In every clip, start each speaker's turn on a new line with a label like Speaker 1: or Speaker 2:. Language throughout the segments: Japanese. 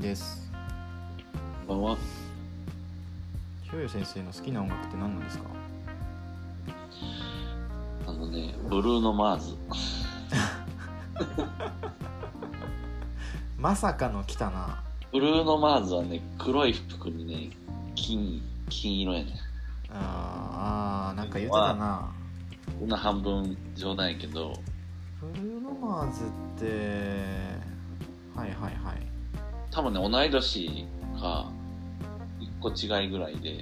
Speaker 1: です
Speaker 2: こんばんは。
Speaker 1: ひろよ先生の好きな音楽って何なんですか
Speaker 2: あのね、ブルーノ・マーズ。
Speaker 1: まさかの来たな
Speaker 2: ブルーノ・マーズはね、黒い服にね、金、金色やね。
Speaker 1: あーあーなんか言ってたな
Speaker 2: こんな半分冗談やけど、
Speaker 1: ブルーノマーズってはいはいはい
Speaker 2: 多分ね、同い年か、一個違いぐらいで、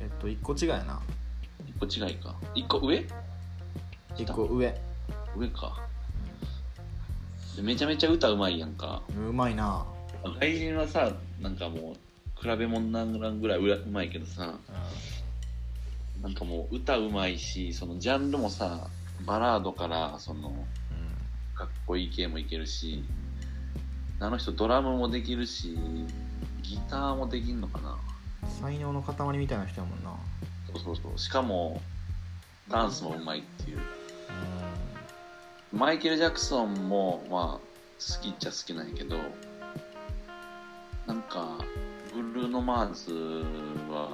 Speaker 1: えっと一個違いやな
Speaker 2: 一個違いか。一個上
Speaker 1: 一個上
Speaker 2: 上か。でめちゃめちゃ歌うまいやんか。
Speaker 1: うんうまいな
Speaker 2: 外人はさ、なんかもう、比べ物になんらんぐらいうまいけどさ、なんかもう歌うまいし、そのジャンルもさ、バラードから、その、
Speaker 1: う
Speaker 2: かっこいい系もいけるし、あの人ドラムもできるし、ギターもできんのかな。
Speaker 1: ん才能の塊みたいな人やもんな
Speaker 2: そうそうそう。しかも、ダンスもうまいっていう。
Speaker 1: う
Speaker 2: マイケル・ジャクソンも、まあ、好きっちゃ好きなんやけど、なんか、ブルーノ・マーズは、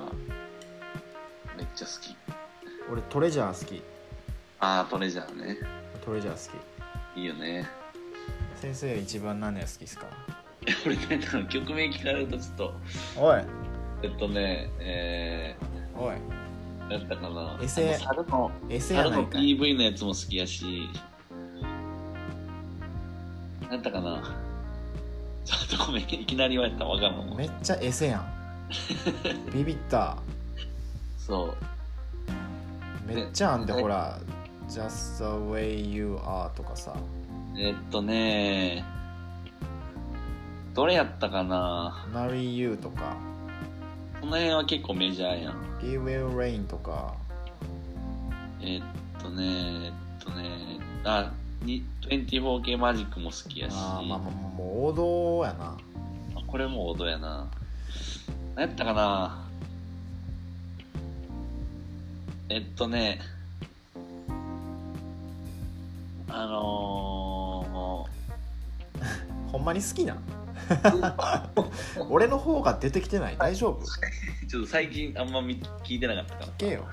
Speaker 2: めっちゃ好き。
Speaker 1: ん俺トレジャー好き
Speaker 2: あー、トレジャーね。
Speaker 1: トレジャー好き
Speaker 2: いいよね。
Speaker 1: 先生一番何が好きですか
Speaker 2: 俺ね、多分曲名聞かれるとちょっと、
Speaker 1: おい
Speaker 2: えっとね、え
Speaker 1: おい
Speaker 2: ー、なんだったかな。
Speaker 1: エセ
Speaker 2: あの猿の、
Speaker 1: エセや
Speaker 2: 猿
Speaker 1: な
Speaker 2: の
Speaker 1: いかい
Speaker 2: PV のやつも好きやし、なんやったかな。ちょっとごめん、いきなり言われたらわかんな
Speaker 1: め
Speaker 2: い。
Speaker 1: っちゃエセ やんビビった
Speaker 2: そ
Speaker 1: めっちゃあんで
Speaker 2: ね
Speaker 1: ほら「Just the way you are」とかさ
Speaker 2: う。えっとね、どれやったかな
Speaker 1: 「Marry You」とか
Speaker 2: この辺は結構メジャーやん。
Speaker 1: 「It Will Rain」とか
Speaker 2: えっとね、えっとね、あ、に 24K マジックも好きやし、
Speaker 1: あーまあまあまあもう王道やな
Speaker 2: これも王道やな。何やったかなえっとね、あの
Speaker 1: ほんまに好き なん俺の方が出てきてない大丈夫
Speaker 2: ー、ちょっと最近あんまみ聞いてなかったから
Speaker 1: 聞けよ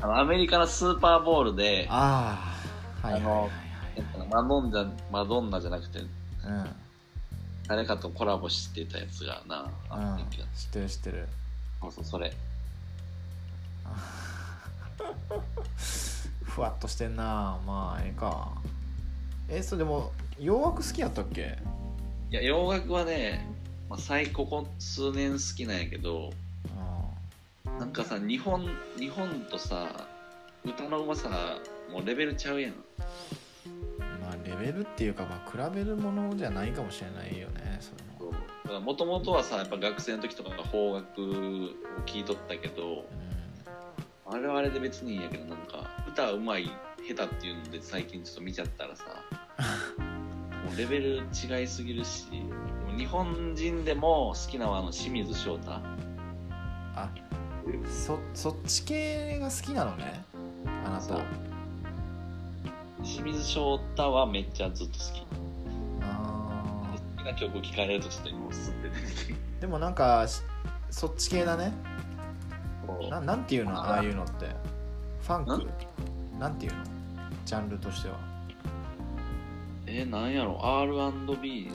Speaker 2: あのアメリカのスーパーボールで、
Speaker 1: ああはいはいはい
Speaker 2: えっとマドンナ、マドンナじゃなくて、
Speaker 1: はい
Speaker 2: 誰かとコラボしてたやつがな、
Speaker 1: うん、
Speaker 2: あ
Speaker 1: うん、知ってる知ってる
Speaker 2: そうそう、それ。
Speaker 1: ふわっとしてんなまあええかえそれでも洋楽好きやったっけ
Speaker 2: いや、洋楽はね、まあ、最ここ数年好きなんやけど、
Speaker 1: う
Speaker 2: なんかさ日本日本とさ歌のうまさもうレベルちゃうやん
Speaker 1: んまあレベルっていうかまあ比べるものじゃないかもしれないよねそれも
Speaker 2: だからもともとはさやっぱ学生の時とかが邦楽を聴いとったけど
Speaker 1: う
Speaker 2: あれはあれで別にいいんやけどなんか歌うまい下手っていうので最近ちょっと見ちゃった らさもうレベル違いすぎるしでも日本人でも好きなのはあの清水翔太
Speaker 1: んそそっち系が好きなのねあなた
Speaker 2: そう清水翔太はめっちゃずっと好き
Speaker 1: あ
Speaker 2: 好きな曲を聴かれるとちょっと今すって出てきて
Speaker 1: ーでもなんかしそっち系だねななんていうのああいうのってファンクなんていうのジャンルとしては
Speaker 2: えー、なんやろ R&B
Speaker 1: R&B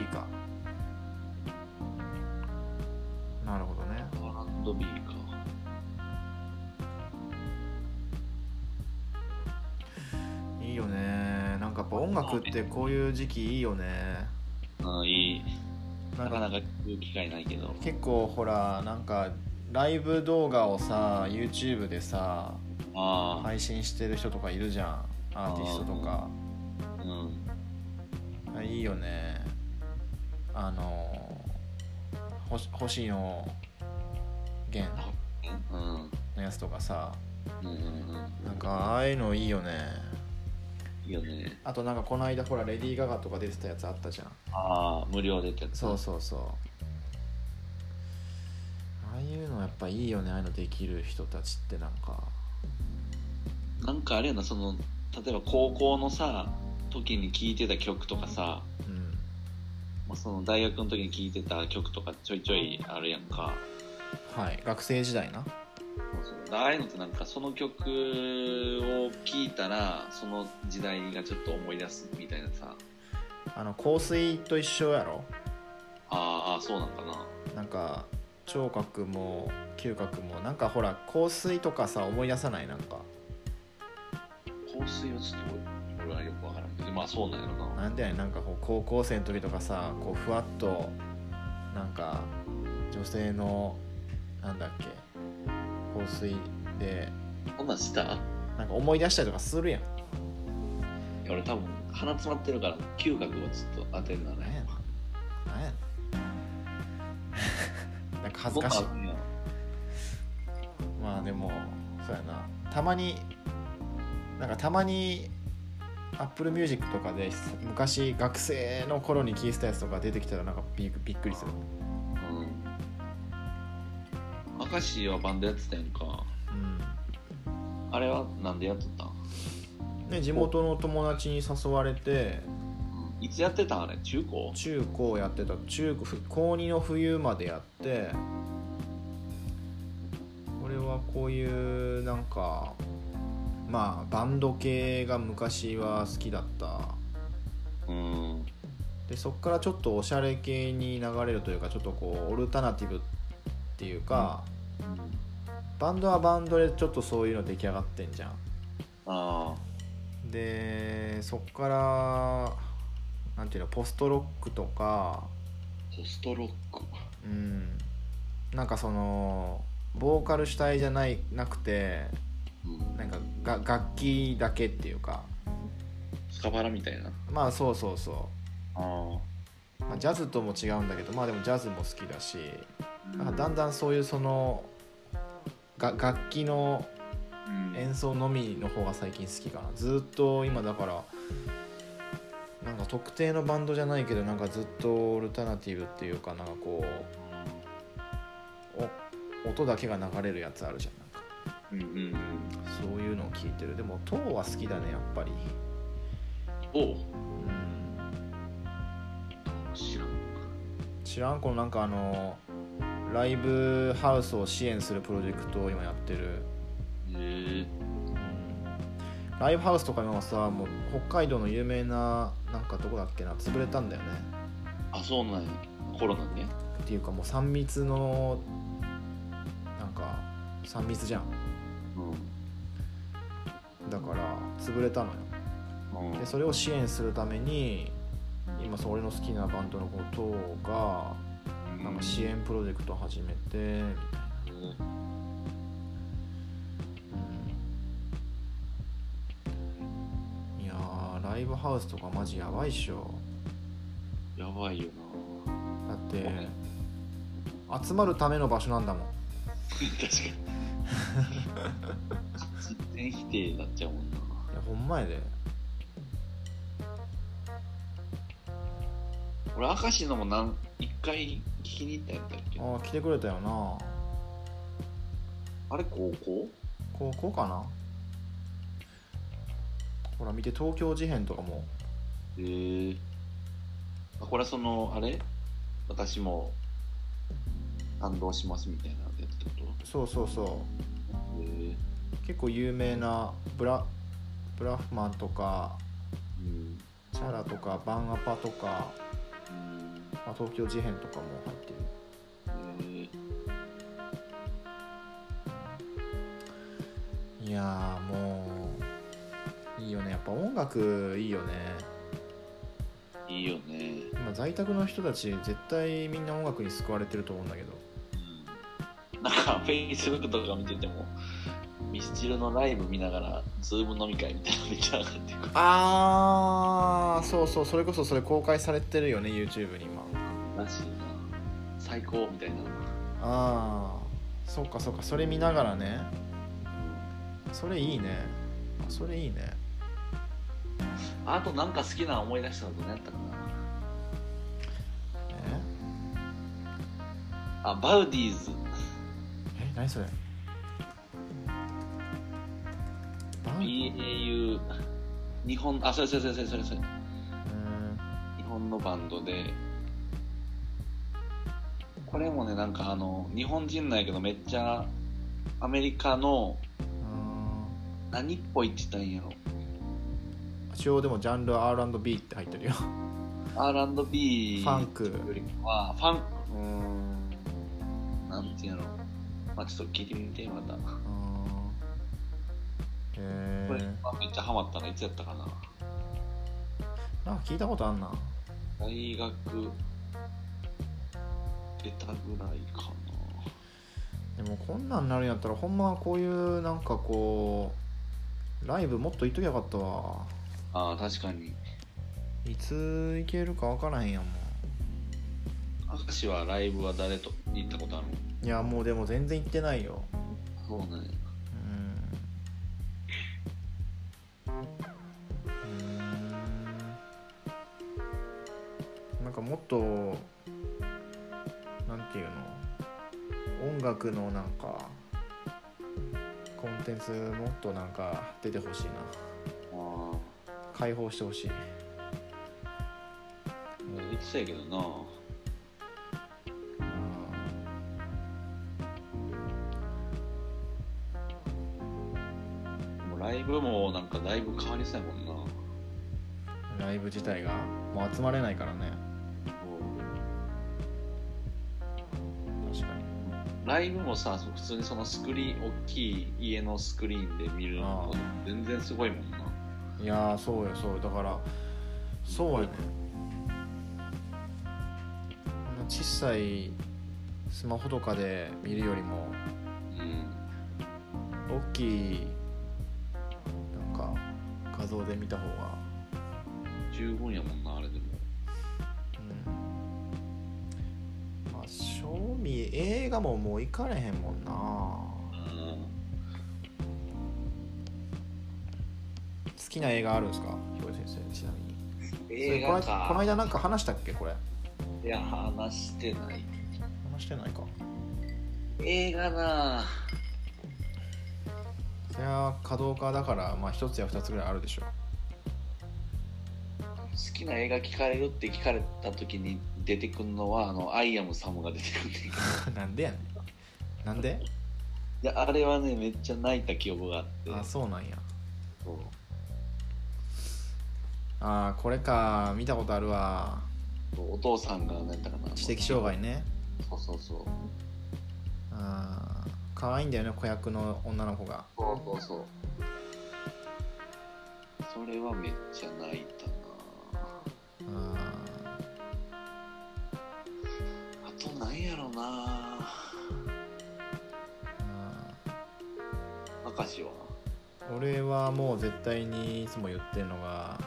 Speaker 1: かなるほどね
Speaker 2: R&B か
Speaker 1: いいよねなんかやっぱ音楽ってこういう時期いいよね
Speaker 2: うんいい
Speaker 1: な
Speaker 2: なん
Speaker 1: か
Speaker 2: かなか聞く機会ないけど
Speaker 1: 結構ほらなんかライブ動画をさ YouTube でさ
Speaker 2: ああ、
Speaker 1: 配信してる人とかいるじゃんアーティストとか
Speaker 2: うん
Speaker 1: あいいよねあのほし星野源
Speaker 2: うん
Speaker 1: のやつとかさ
Speaker 2: うんうんうん
Speaker 1: なんかああいうのいいよね
Speaker 2: いいよね
Speaker 1: あとなんかこの間ほらレディー・ガガとか出てたやつあったじゃん
Speaker 2: ああ無料でってやつ
Speaker 1: そうそうそうああいうのやっぱいいよねああいうのできる人たちってなんか
Speaker 2: なんかあれやなその例えば高校のさ時に聴いてた曲とかさ、
Speaker 1: うん
Speaker 2: まその大学の時に聴いてた曲とかちょいちょいあるやんか
Speaker 1: はい学生時代な
Speaker 2: ああいうのってなんかその曲を聴いたらその時代がちょっと思い出すみたいなさ
Speaker 1: あの香水と一緒やろ
Speaker 2: あーあーそうなんかな
Speaker 1: なんか聴覚も嗅覚もなんかほら香水とかさ思い出さないなんか
Speaker 2: 香水はちょっと俺はよくわからんけどまあそうなんやろな
Speaker 1: なんでやねんなんかこう高校生の時とかさこうふわっとなんか女性のなんだっけ香水で
Speaker 2: こんなんした
Speaker 1: なんか思い出したりとかするやん
Speaker 2: いや俺多分鼻詰まってるから嗅覚をちょっと当てるのは
Speaker 1: 何や
Speaker 2: ね
Speaker 1: ねん何やねん なんか恥ず
Speaker 2: 僕
Speaker 1: かしい
Speaker 2: はね
Speaker 1: まあでもそうやなたまになんかたまに Apple Music とかで昔学生の頃に聴いてたやつとか出てきたらなんかびびっくりする
Speaker 2: うん明石はバンドやってたやんか
Speaker 1: う
Speaker 2: あれはなんでやっとったん、
Speaker 1: んね地元の友達に誘われて
Speaker 2: いつやってたんあれ中高
Speaker 1: 中高やってた中高ふ高2の冬までやって俺はこういうなんかまあバンド系が昔は好きだった
Speaker 2: うん
Speaker 1: でそこからちょっとおしゃれ系に流れるというかちょっとこうオルタナティブっていうか、バンドはバンドでちょっとそういうの出来上がってんじゃん
Speaker 2: あ
Speaker 1: でそこからなんていうのポストロックとか
Speaker 2: あホストロック
Speaker 1: うんなんかそのボーカル主体じゃないなくて
Speaker 2: うん
Speaker 1: なんかが楽器だけっていうか
Speaker 2: スカバラみたいな
Speaker 1: まあそうそうそ
Speaker 2: ああ
Speaker 1: う、まあ、ジャズとも違うんだけどまあでもジャズも好きだしなんかだんだんそういうそのが楽器の
Speaker 2: うん
Speaker 1: 演奏のみの方が最近好きかなずっと今だからなんか特定のバンドじゃないけどなんかずっとオルタナティブっていうかなんかこうお音だけが流れるやつあるじゃんなんか
Speaker 2: うんうんうん
Speaker 1: そういうのを聞いてるでも「塔」は好きだねやっぱり
Speaker 2: お
Speaker 1: うん
Speaker 2: 知らん
Speaker 1: 知らんこのなんかあのライブハウスを支援するプロジェクトを今やってる
Speaker 2: へえ
Speaker 1: うんライブハウスとか今はさもう北海道の有名ななんかどこだっけな潰れたんだよね
Speaker 2: あそうなんやコロナね
Speaker 1: っていうかもう3密のなんか3密じゃん
Speaker 2: う
Speaker 1: だから潰れたのよ
Speaker 2: んうん
Speaker 1: でそれを支援するために今そう俺の好きなバンドのことがなんか支援プロジェクトを始めて、
Speaker 2: うん
Speaker 1: うんいやーライブハウスとかマジやばいっしょ
Speaker 2: やばいよな
Speaker 1: だって集まるための場所なんだもん
Speaker 2: 確かに実践否定になっちゃうもんない
Speaker 1: やほんまやで
Speaker 2: 俺明石のも何一回聞きに行ったやったっけ
Speaker 1: ああ来てくれたよな
Speaker 2: あれ高校
Speaker 1: 高校かなほら見て東京事変とかも
Speaker 2: へえあこれはそのあれ私も感動しますみたいなやつってこ
Speaker 1: そうそうそ
Speaker 2: とへえ
Speaker 1: う結構有名なブラブラフマンとか
Speaker 2: うん
Speaker 1: チャラとかバンアパとか、
Speaker 2: うん
Speaker 1: まあ、東京事変とかも入ってる
Speaker 2: へえ
Speaker 1: いやーもういいよねやっぱ音楽いいよね
Speaker 2: いいよね
Speaker 1: 今在宅の人たち絶対みんな音楽に救われてると思うんだけど
Speaker 2: うんなんかフェイスブックとか見ててもミスチルのライブ見ながらズーム飲み会みたいなのめっちゃ上がってくる
Speaker 1: あーそうそうそれこそそれ公開されてるよね YouTube に今
Speaker 2: らしいな最高みたいな
Speaker 1: ああそっかそっかそれ見ながらねそれいいねあそれいいね
Speaker 2: あとなんか好きなの思い出したこと何やったか
Speaker 1: え
Speaker 2: なあバウディーズ
Speaker 1: え何それバン
Speaker 2: BAU 日本あそれそれそれそれそれそれ
Speaker 1: うーん
Speaker 2: 日本のバンドでこれもねなんかあの日本人なんやけどめっちゃアメリカの何っぽいって言ったらいいんやろ
Speaker 1: 一応でもジャンル R&B って入ってるよフ
Speaker 2: R&B
Speaker 1: ァンク
Speaker 2: よりかはファンうーんなんていうんやろまあちょっと聞いてみてまた
Speaker 1: うんえ
Speaker 2: これ、
Speaker 1: ー、
Speaker 2: まあめっちゃハマったのいつやったかな
Speaker 1: なんか聞いたことあんな
Speaker 2: 大学出たぐらいか
Speaker 1: でもこんなんなるんやったらほんまこういうなんかこうライブもっと行っときゃよかったわ
Speaker 2: なああ確かに
Speaker 1: いつ行けるか分からへんやんも
Speaker 2: 明石はライブは誰と行ったことある
Speaker 1: ういやもうでも全然行ってないよ
Speaker 2: そうね
Speaker 1: うんうんなんかもっとなんていうの音楽のなんかコンテンツもっとなんか出てほしいな
Speaker 2: ああ
Speaker 1: 解放してほしい
Speaker 2: 言ってたやけどなもうライブもなんかだいぶ変わりそうやもんなも
Speaker 1: ライブ自体がもう集まれないからね確かに
Speaker 2: うライブもさ普通にそのスクリーン大きい家のスクリーンで見るのと
Speaker 1: あ
Speaker 2: 全然すごいもんない
Speaker 1: やーそうよそうよだからそうやねこの小さいスマホとかで見るよりも
Speaker 2: うん
Speaker 1: 大きいなんか画像で見た方が、
Speaker 2: 十分やもんなあれでも
Speaker 1: うん、まあ賞味映画ももう行かれへんもんな
Speaker 2: うん
Speaker 1: 好きな映画あるんですかひょう先生ちなみに
Speaker 2: 映
Speaker 1: それ
Speaker 2: 画
Speaker 1: このこの
Speaker 2: か
Speaker 1: 間なんか話したっけこれ
Speaker 2: いや話してない
Speaker 1: 話してないか
Speaker 2: 映画なあ
Speaker 1: それは可動化だからまあ一つや二つぐらいあるでしょ
Speaker 2: 好きな映画聞かれるって聞かれた時に出てくるのはあの「アイアムサム」が出てくるんだけ ど
Speaker 1: なんでやねんなんで
Speaker 2: いやあれはねめっちゃ泣いた記憶があって
Speaker 1: あそうなんや
Speaker 2: そう
Speaker 1: あーこれか見たことあるわ
Speaker 2: お父さんが何やったかな
Speaker 1: 知的障害ね
Speaker 2: そうそうそう
Speaker 1: あー可愛いんだよね子役の女の子が
Speaker 2: そうそうそうそれはめっちゃ泣いたな
Speaker 1: あ
Speaker 2: あとなんやろ
Speaker 1: ー
Speaker 2: な
Speaker 1: あ
Speaker 2: 明石は
Speaker 1: ー俺はもう絶対にいつも言ってるのが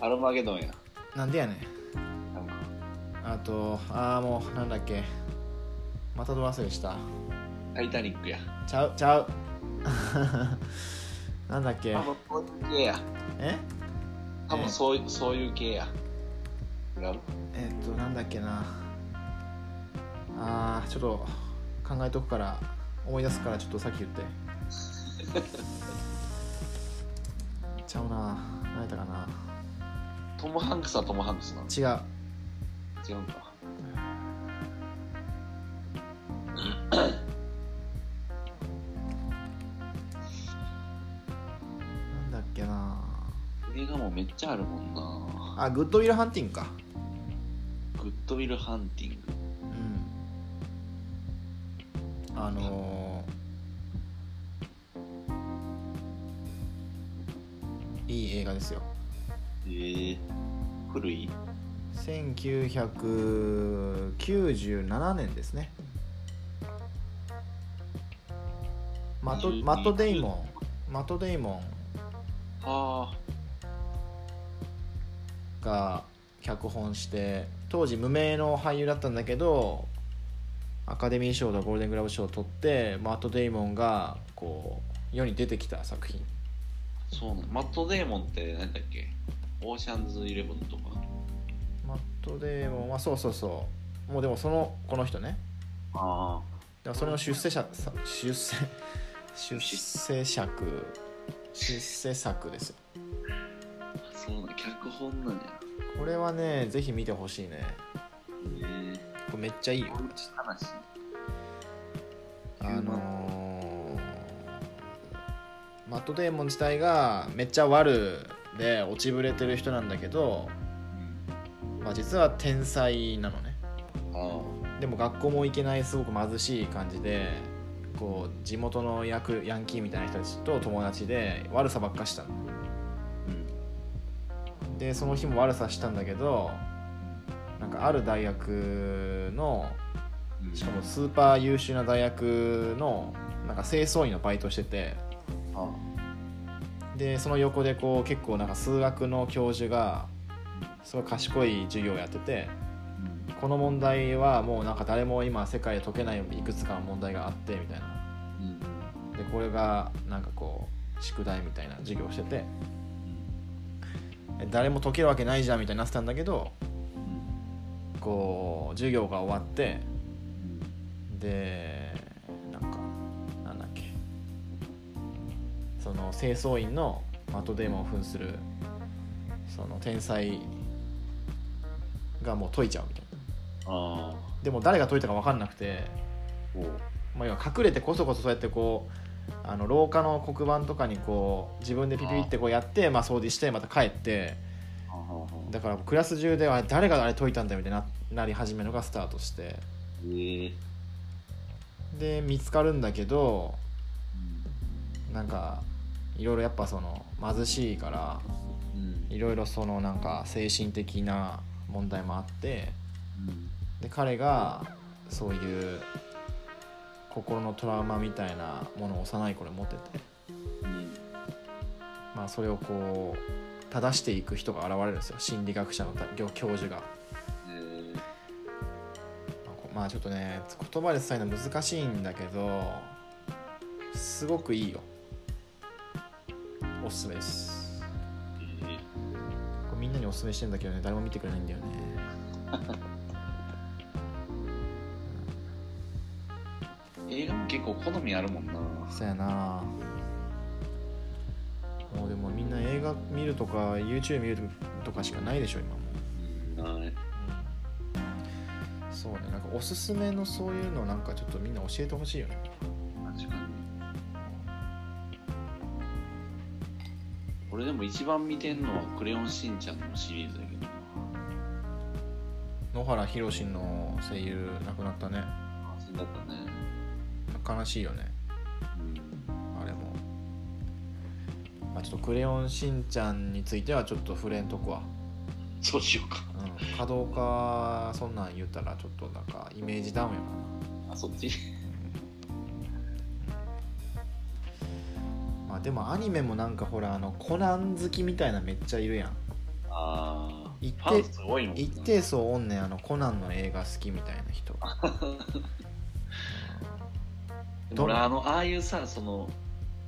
Speaker 2: アルマゲドンや
Speaker 1: なんでやねん
Speaker 2: なんか
Speaker 1: あとああもうなんだっけまたド忘れした
Speaker 2: タイタニックや
Speaker 1: ちゃうちゃう なんだっけ
Speaker 2: 多分そういう系や
Speaker 1: え
Speaker 2: 多分そういうそういう系や違う
Speaker 1: えっとなんだっけなあーちょっと考えとくから思い出すからちょっとさっき言ってちゃうな何やったかな
Speaker 2: トム・ハンクスはトム・ハンクスなの
Speaker 1: 違う
Speaker 2: 違うんか
Speaker 1: なんだっけな
Speaker 2: 映画もめっちゃあるもんな
Speaker 1: あグッドウィルハンティングか
Speaker 2: グッドウィル・ハンティング
Speaker 1: うんあのーいい映画ですよ
Speaker 2: ええ古い
Speaker 1: 1997年ですねマトマット・デイモンマット・デイモ
Speaker 2: はあ
Speaker 1: ンが脚本して当時無名の俳優だったんだけどアカデミー賞とゴールデングラブ賞を取ってマット・デイモンがこう世に出てきた作品
Speaker 2: そうなのマット・デーモンって何だっけオーシャンズ・イレブンとか
Speaker 1: マット・デイモンはそうそうそうもうでもそのこの人ね
Speaker 2: あ
Speaker 1: でもそれの出世者さ出世出世作出世作ですよ
Speaker 2: あそうなの脚本なんや
Speaker 1: これはねぜひ見てほしいね
Speaker 2: ええ
Speaker 1: こ曲めっちゃいいよ
Speaker 2: ちょっと話
Speaker 1: あのーマット・デーモン自体がめっちゃ悪で落ちぶれてる人なんだけど、まあ、実は天才なのね
Speaker 2: ああ
Speaker 1: でも学校も行けないすごく貧しい感じでこう地元のヤクヤンキーみたいな人たちと友達で悪さばっかしたの
Speaker 2: うん
Speaker 1: でその日も悪さしたんだけどなんかある大学の
Speaker 2: うん
Speaker 1: しかもスーパー優秀な大学のなんか清掃員のバイトしてて
Speaker 2: ああ
Speaker 1: でその横でこう結構なんか数学の教授がすごい賢い授業をやってて
Speaker 2: うん
Speaker 1: この問題はもうなんか誰も今世界で解けないいくつかの問題があってみたいな
Speaker 2: うん
Speaker 1: でこれがなんかこう宿題みたいな授業をしててえ誰も解けるわけないじゃんみたいになってたんだけどこう授業が終わってでなんかなんだっけその清掃員のマットデーモンを扮するその天才がもう解いちゃうみたいな
Speaker 2: ああ
Speaker 1: でも誰が解いたか分かんなくて、
Speaker 2: おう
Speaker 1: まあ、要は隠れてこそこそそうやってこうあの廊下の黒板とかにこう自分でピピピってこうやってまあ、掃除してまた帰って
Speaker 2: ああああ
Speaker 1: だからクラス中では誰があれ解いたんだよみたいにななり始めるのがスタートして
Speaker 2: ええ
Speaker 1: で見つかるんだけどなんかいろいろやっぱその貧しいから
Speaker 2: うんうん
Speaker 1: いろいろそのなんか精神的な問題もあってで彼がそういう心のトラウマみたいなものを幼い頃に持ってて、
Speaker 2: うん
Speaker 1: まあ、それをこう正していく人が現れるんですよ心理学者のた教教授が。
Speaker 2: ええ
Speaker 1: まあこまあちょっとね言葉で伝えるの難しいんだけどすごくいいよおすすめです
Speaker 2: え
Speaker 1: これみんなにおすすめしてんだけどね誰も見てくれないんだよね
Speaker 2: え映画も結構好みあるもんな
Speaker 1: そやなもうでもみんな映画見るとか YouTube 見るとかしかないでしょ今も、
Speaker 2: うんないう
Speaker 1: うん、そうねなんかおすすめのそういうのなんかちょっとみんな教えてほしいよね
Speaker 2: 確かに俺でも一番見てんのは「クレヨンしんちゃん」のシリーズだけど
Speaker 1: 野原宏の声優亡くなったね
Speaker 2: なあそうだったね
Speaker 1: 悲しいよね
Speaker 2: うん
Speaker 1: あれも、まあ、ちょっと「クレヨンしんちゃん」についてはちょっと触れんとこは、
Speaker 2: そうしようか
Speaker 1: うん、稼働家そんなん言ったらちょっとなんかイメージダウンや
Speaker 2: あそっち
Speaker 1: な、まあ、でもアニメもなんかほらあのコナン好きみたいなめっちゃいるやん
Speaker 2: ああ
Speaker 1: 一定
Speaker 2: ファンすごいもんな
Speaker 1: 一定層おんねんあのコナンの映画好きみたいな 人
Speaker 2: でも俺あのああいうさその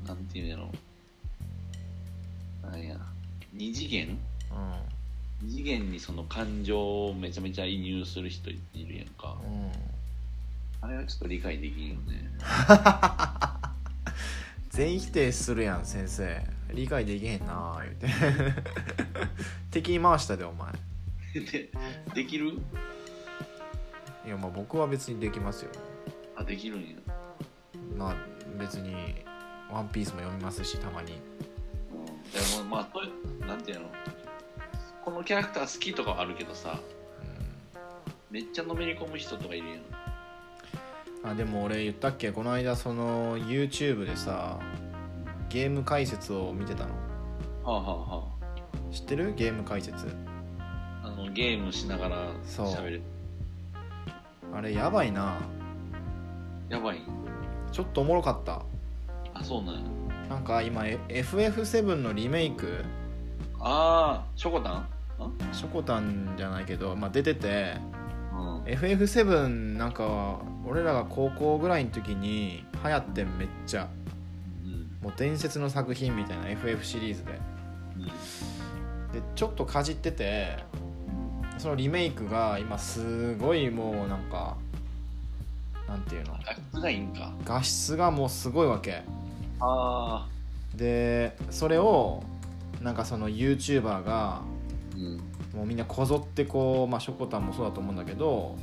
Speaker 2: なんていうんやろなんや二次元
Speaker 1: う
Speaker 2: 二次元にその感情をめちゃめちゃ移入する人いるやんか
Speaker 1: んうん
Speaker 2: あれはちょっと理解できんよね
Speaker 1: 全否定するやん先生理解できへんなー言うて 敵に回したでお前
Speaker 2: でできる
Speaker 1: いやまあ僕は別にできますよ
Speaker 2: あできるんや
Speaker 1: まあ別に「ワンピースも読みますしたまに
Speaker 2: うんでもまあそういうなんていうのこのキャラクター好きとかはあるけどさめっちゃのめり込む人とかいるやん
Speaker 1: うんあでも俺言ったっけこの間その YouTube でさゲーム解説を見てたの
Speaker 2: はあはあは
Speaker 1: 知ってるゲーム解説
Speaker 2: ああのゲームしながら
Speaker 1: そう
Speaker 2: 喋る
Speaker 1: あれやばいな
Speaker 2: やばい
Speaker 1: ちょっとおもろかった
Speaker 2: あそうなんや
Speaker 1: なんか今え FF7 のリメイク
Speaker 2: ああしょこたん
Speaker 1: しょこたんじゃないけど、まあ、出てて
Speaker 2: うん
Speaker 1: FF7 なんか俺らが高校ぐらいの時に流行ってんめっちゃ
Speaker 2: うん
Speaker 1: もう伝説の作品みたいな FF シリーズで
Speaker 2: うん
Speaker 1: でちょっとかじっててそのリメイクが今すごいもうなんかなんていうの
Speaker 2: 画質がいいんか
Speaker 1: 画質がもうすごいわけ
Speaker 2: ああ
Speaker 1: でそれをなんかその YouTuber が
Speaker 2: うん
Speaker 1: もうみんなこぞってこうまあしょこたんもそうだと思うんだけど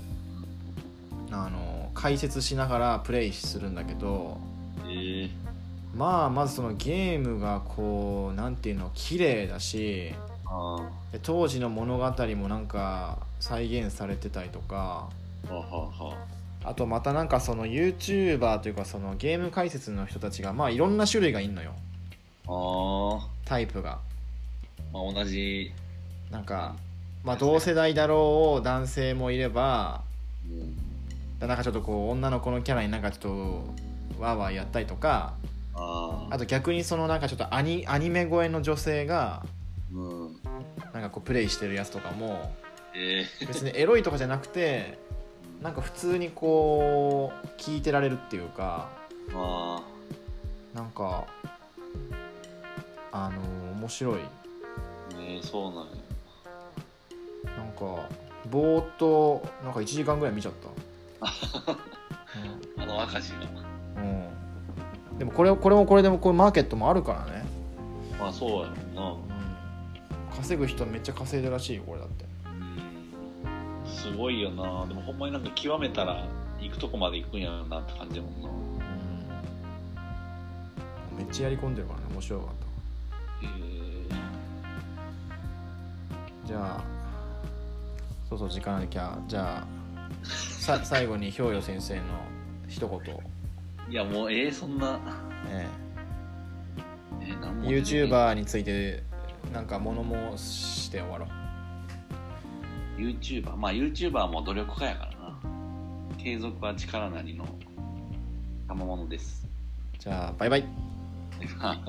Speaker 1: あの解説しながらプレイするんだけど
Speaker 2: ええ
Speaker 1: まあまずそのゲームがこうなんていうの綺麗だし
Speaker 2: ああ
Speaker 1: で当時の物語もなんか再現されてたりとか
Speaker 2: ははは
Speaker 1: あとまたなんかその YouTuber というかそのゲーム解説の人たちがまあいろんな種類がいんのよ
Speaker 2: ああ
Speaker 1: タイプが
Speaker 2: まあ同じ、
Speaker 1: なんか、まあ、同世代だろう男性もいれば
Speaker 2: うん、
Speaker 1: なんかちょっとこう女の子のキャラになんかちょっとわーわーやったりとか
Speaker 2: あ
Speaker 1: あ
Speaker 2: あ
Speaker 1: と逆にそのなんかちょっとアニアニメ声の女性が
Speaker 2: うん
Speaker 1: なんかこうプレイしてるやつとかも
Speaker 2: ええ
Speaker 1: 別にエロいとかじゃなくてなんか普通にこう聞いてられるっていうか
Speaker 2: あ
Speaker 1: なんかあの面白い
Speaker 2: あねえそうなんや
Speaker 1: なんかぼーっとなんか1時間ぐらい見ちゃ った、
Speaker 2: あの赤字が
Speaker 1: うんうん、でもこれこれもこれでもこれマーケットもあるからね、
Speaker 2: まあそうやろ
Speaker 1: うん、稼ぐ人めっちゃ稼いでるらしいよこれだって
Speaker 2: なうんすごいよなでもほんまになんか極めたら行くとこまで行くんやろなって感じやもんな
Speaker 1: めっちゃやり込んでるからね面白かっ
Speaker 2: ええ
Speaker 1: たじゃあそうそう時間あるきゃじゃあ さ最後にひょうよ先生の一言を、
Speaker 2: いやもうええそんな、
Speaker 1: え
Speaker 2: えー、なん
Speaker 1: え、
Speaker 2: も出てけえ
Speaker 1: YouTuber についてなんか物申して終わろう
Speaker 2: YouTuber まあ YouTuber はもう努力家やからな継続は力なりの賜物です
Speaker 1: じゃあバイバイ
Speaker 2: まあ